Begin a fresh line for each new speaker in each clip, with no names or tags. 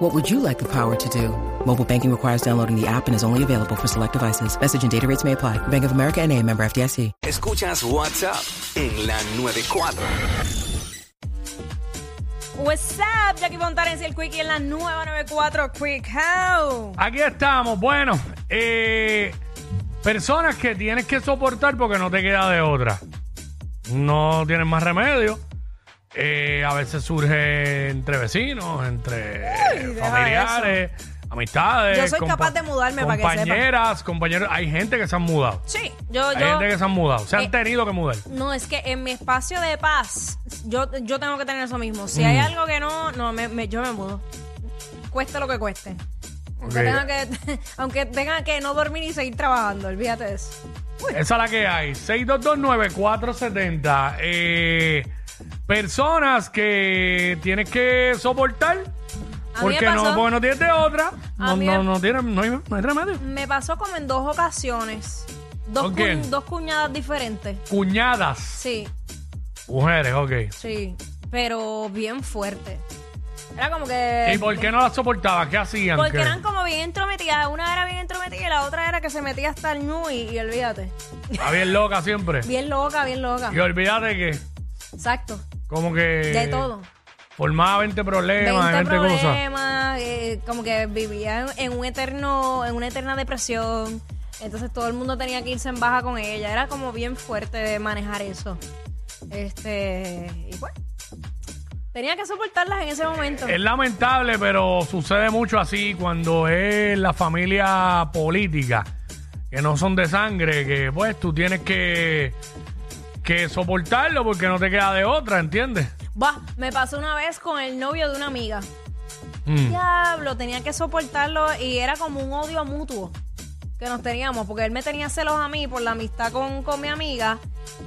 What would you like the power to do? Mobile banking requires downloading the app and is only available for select devices. Message and data rates may apply. Bank of America and a member FDIC.
Escuchas WhatsApp en la 94.
What's up, Jackie Fontanes y el Quickie en la nueva 94 Quick How.
Aquí estamos. Bueno, eh, personas que tienes que soportar porque no te queda de otra. No tienes más remedio. Eh, a veces surge entre vecinos, entre
Uy, deja
familiares, amistades.
Yo soy capaz de mudarme para que sepa.
Compañeras, compañeros. Hay gente que se han mudado.
Sí, yo,
Hay
yo.
gente que se han mudado. Se han
Eh.
tenido que mudar.
No, es que en mi espacio de paz, yo, yo tengo que tener eso mismo. Si
Mm.
hay algo que no, no, me, me- yo me mudo. Cueste lo que cueste.
Ok.
Yo tengo que, aunque tenga que no dormir y seguir trabajando, olvídate de eso.
Esa es la que hay. 6229470. Eh, personas que tienes que soportar.
A mí me
Porque no,
pasó.
porque no tienes de otra. No,
mí
no,
me-
no, tienes, no, hay, no hay remedio.
Me pasó como en dos ocasiones. Dos,
¿Con
cu-
quién?
dos cuñadas diferentes.
Cuñadas.
Sí,
Mujeres, ok.
sí. Pero bien fuerte. Era como que.
¿Y por qué no las soportabas? ¿Qué hacían?
Porque
¿Qué?
eran como bien entrometidas. Una era bien entrometida y la otra era que se metía hasta el ñu y, y olvídate.
Está bien loca siempre.
Bien loca, bien loca.
Y olvídate que,
Exacto.
como que.
De todo.
Formaba 20 problemas,
20,
20, cosas.
problemas, eh, como que vivía en, en un eterno, en una eterna depresión. Entonces todo el mundo tenía que irse en baja con ella. Era como bien fuerte de manejar eso. Este, y bueno. Tenía que soportarlas en ese momento.
Es lamentable, pero sucede mucho así cuando es la familia política, que no son de sangre, que pues tú tienes que, que soportarlo porque no te queda de otra, ¿entiendes?
Bah, me pasó una vez con el novio de una amiga.
Mm.
Diablo, tenía que soportarlo y era como un odio mutuo que nos teníamos, porque él me tenía celos a mí por la amistad con, con mi amiga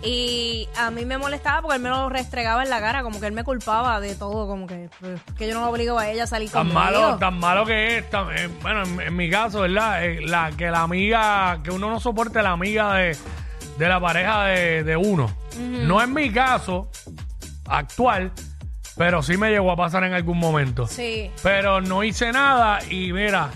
y a mí me molestaba porque él me lo restregaba en la cara, como que él me culpaba de todo, como que, pues, que yo no obligo a ella a salir
Tan
conmigo.
malo, tan malo que es, tan- eh, bueno, en, en mi caso, ¿verdad? Eh, la, que la amiga, que uno no soporte la amiga de, de la pareja de, de uno. No es mi caso actual, pero sí me llegó a pasar en algún momento.
Sí.
Pero no hice nada y mira,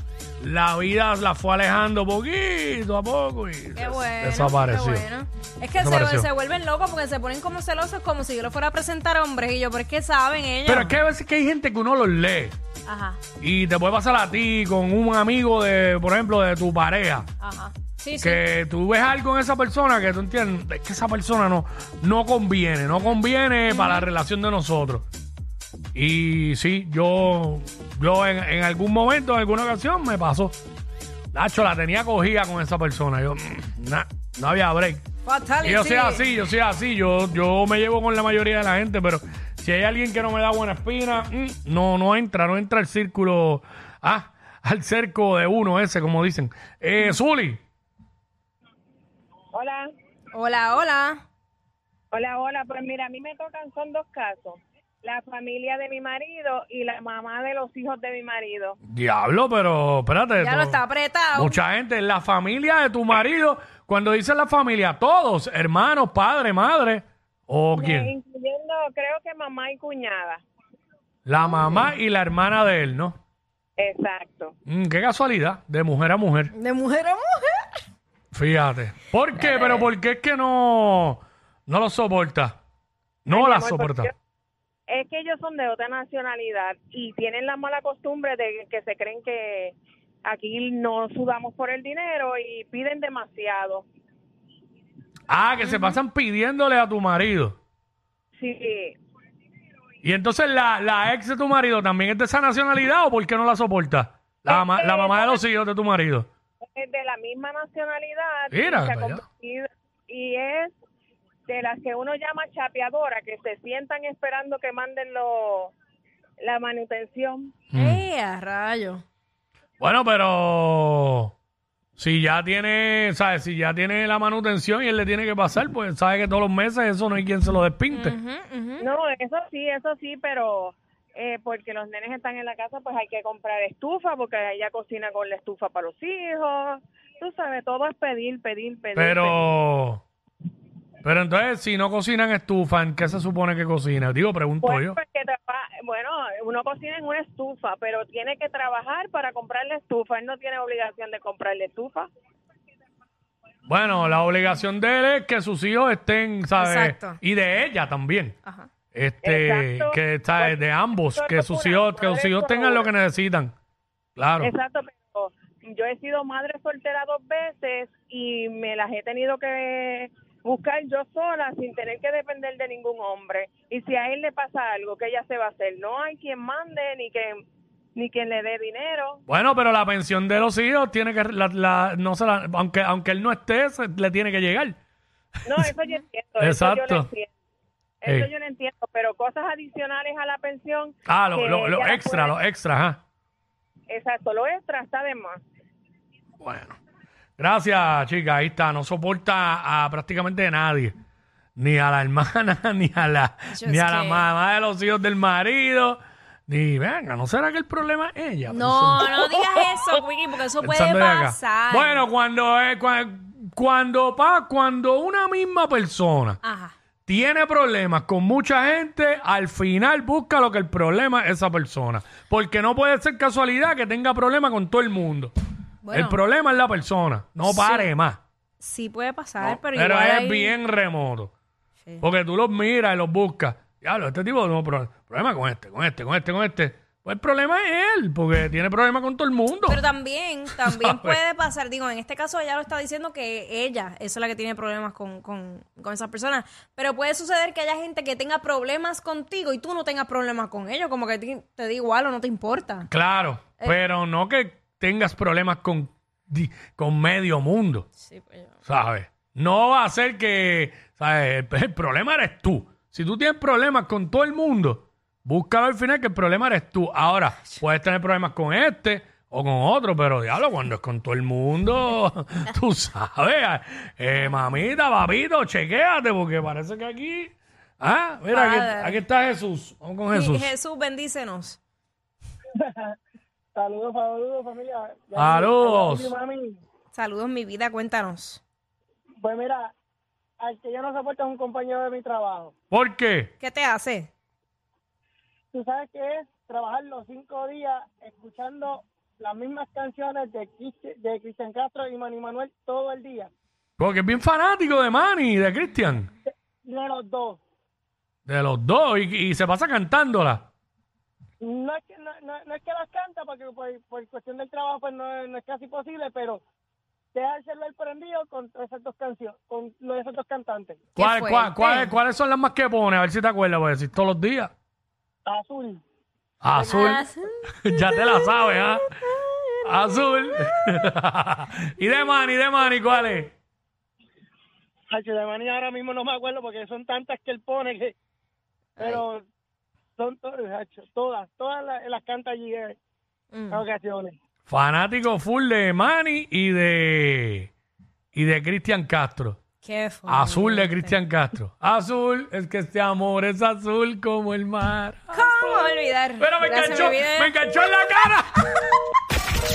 la vida la fue alejando poquito a poco y
Qué
des-
bueno,
desapareció.
qué bueno. Es que se,
Desapareció.
se vuelven locos porque se ponen como celosos, como si yo le fuera a presentar a hombres y yo, pero es que saben ellos.
Pero es que a veces que hay gente que uno los lee
Ajá,
y te puede pasar a ti con un amigo de, por ejemplo, de tu pareja.
ajá. Sí, sí.
Que tú ves algo en esa persona que tú entiendes, es que esa persona no, no conviene, no conviene para la relación de nosotros. Y sí, yo, yo en, en algún momento, en alguna ocasión me pasó. Nacho, la tenía cogida con esa persona. Yo, mm, nah, no había break.
Fatality.
Y yo soy así, yo soy así, yo, yo me llevo con la mayoría de la gente, pero si hay alguien que no me da buena espina, mm, no, no entra, no entra al círculo, ah, al cerco de uno ese, como dicen. Eh, Zuli,
Hola,
Hola, hola.
hola, hola. Pues mira, a mí me tocan, son dos casos. La familia de mi marido y la mamá de los hijos de mi marido.
diablo, pero espérate.
Ya
tú-
lo está apretado.
Mucha gente, la familia de tu marido, cuando dice la familia, todos, hermanos, padre, madre, o
Eh,
quién,
Incluyendo, creo que mamá y cuñada.
la mamá y la hermana de él, ¿no?
Exacto.
Mm, qué casualidad, de mujer a mujer.
De mujer a mujer.
Fíjate. ¿Por qué? Pero ¿por qué es que no, no lo soporta? No la
amor,
soporta.
porque- Es que ellos son de otra nacionalidad y tienen la mala costumbre de que se creen que aquí no sudamos por el dinero y piden demasiado.
Ah, que se pasan pidiéndole a tu marido.
Sí,
Y entonces la, la ex de tu marido también es de esa nacionalidad o por qué no la soporta? La, ma- la mamá de los hijos de tu marido.
es de la misma nacionalidad
Mira,
y, se ha
vaya.
convertido- y es de las que uno llama chapeadora, que se sientan esperando que manden lo, la
Mm.
manutención.
¡Eh, a rayo!
Bueno, pero Si ya tiene, ¿sabes? Si ya tiene la manutención y él le tiene que pasar, pues sabe que todos los meses eso no hay quien se lo despinte.
No, eso sí, eso sí, pero eh, porque los nenes están en la casa, pues hay que comprar estufa, porque ella cocina con la estufa para los hijos. Tú sabes, todo es pedir, pedir, pedir. pedir.
Pero, pero entonces, si no cocinan estufa, ¿en qué se supone que cocina? Digo, pregunto
Pues,
yo.
pues, que traba- bueno, uno cocina en una estufa, pero tiene que trabajar para comprar la estufa. Él no tiene obligación de comprar la estufa.
Bueno, la obligación de él es que sus hijos estén, ¿sabes?
Exacto.
Y de ella también.
Ajá.
Este,
Exacto.
que ¿sabes? de ambos,
Estoy
que sus
procurando,
hijos, que sus
estoy
hijos tengan lo que
procurando.
necesitan. Claro.
Exacto, pero yo he sido madre soltera dos veces y me las he tenido que buscar yo sola sin tener que depender de ningún hombre. Y si a él le pasa algo, que ella se va a hacer. No hay quien mande ni que ni quien le dé dinero.
Bueno, pero la pensión de los hijos tiene que, la, la- no se la- aunque, aunque él no esté, se- le tiene que llegar.
No, eso yo entiendo. eso yo
Exacto.
lo entiendo. Eso
Eh.
yo no entiendo, pero cosas adicionales a la pensión.
Ah, lo,
que
lo- lo
ella la
extra,
puede-
lo extra, ajá.
Exacto, lo extra está de más.
Bueno. Gracias, chica. Ahí está. No soporta a prácticamente nadie. Ni a la hermana, ni a la,
Yo
ni
es
a la
que-
mamá de los hijos del marido. Ni, venga, ¿no será que el problema es ella?
No, no digas eso, Quickie, porque eso puede
Ah, Pensando de acá.
pasar.
Bueno, cuando, eh, cua- cuando, pa, cuando una misma persona
Ajá.
tiene problemas con mucha gente, al final busca lo que el problema es esa persona. Porque no puede ser casualidad que tenga problemas con todo el mundo.
Bueno.
el problema es la persona. No
Sí.
pare más.
Sí puede pasar, pero,
Pero
igual
es
ahí-
bien remoto.
Sí.
Porque tú los miras y los buscas. Diablo, este tipo no pro- problema con este, con este, con este, con este. Pues el problema es él, porque tiene problemas con todo el mundo.
Pero también, también
¿Sabes?
puede pasar, digo, en este caso ella lo está diciendo que ella es la que tiene problemas con, con, con esas personas, pero puede suceder que haya gente que tenga problemas contigo y tú no tengas problemas con ellos, como que a ti te da igual o no te importa.
Claro,
Eh.
pero no que tengas problemas con, di- con medio mundo,
Sí, pues yo-
¿sabes? No va a ser que, ¿sabes? El, el problema eres tú. Si tú tienes problemas con todo el mundo, búscalo al final que el problema eres tú. Ahora, puedes tener problemas con este o con otro, pero diablo, cuando es con todo el mundo, tú sabes. Eh, mamita, papito, chequéate, porque parece que aquí... Ah, mira,
Padre.
aquí, aquí está Jesús. Vamos con
Jesús.
Jesús.
bendícenos.
Saludos, saludos, familia. Ya-
Saludos.
ya- mami.
Saludos, mi vida, cuéntanos.
Pues mira, al que yo no soporto es un compañero de mi trabajo.
¿Por qué?
¿Qué te hace?
Tú sabes que es trabajar los cinco días escuchando las mismas canciones de, Crist- de Cristian Castro y Manny Manuel todo el día.
Porque es bien fanático de Manny y de Cristian.
De los dos.
De los dos. Y, y se pasa cantándola.
No es que, no, no- no es que las canta, porque por, por cuestión del trabajo pues no, no es casi posible, pero deja el celular prendido con esas dos canciones, con lo de esos dos cantantes.
Qué
¿Cuál, cuál,
fuerte.
cuál- cuáles son las más que pone? A ver si te acuerdas. Voy a decir todos los días.
Azul.
Azul.
Ah, sí.
ya te la sabes, ¿ah? Azul. y de Manny, de Manny, ¿cuál es?
Ay, que de manía ahora mismo no me acuerdo porque son tantas que él pone que... Pero son to- hacho, todas, todas las, las canta allí eh. en
Mm.
ocasiones.
Fanático full de Manny y de. Y de Cristian Castro.
Qué fuerte.
Azul
este.
de Cristian Castro. Azul, es que este amor es azul como el mar.
¿Cómo olvidar?
Pero me
Gracias,
enganchó,
mi vida.
me enganchó en la cara.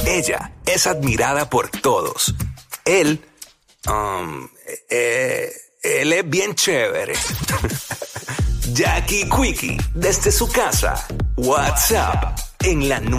Ella es admirada por todos. Él, um, eh, él es bien chévere. Jackie Quickie, desde su casa. WhatsApp en la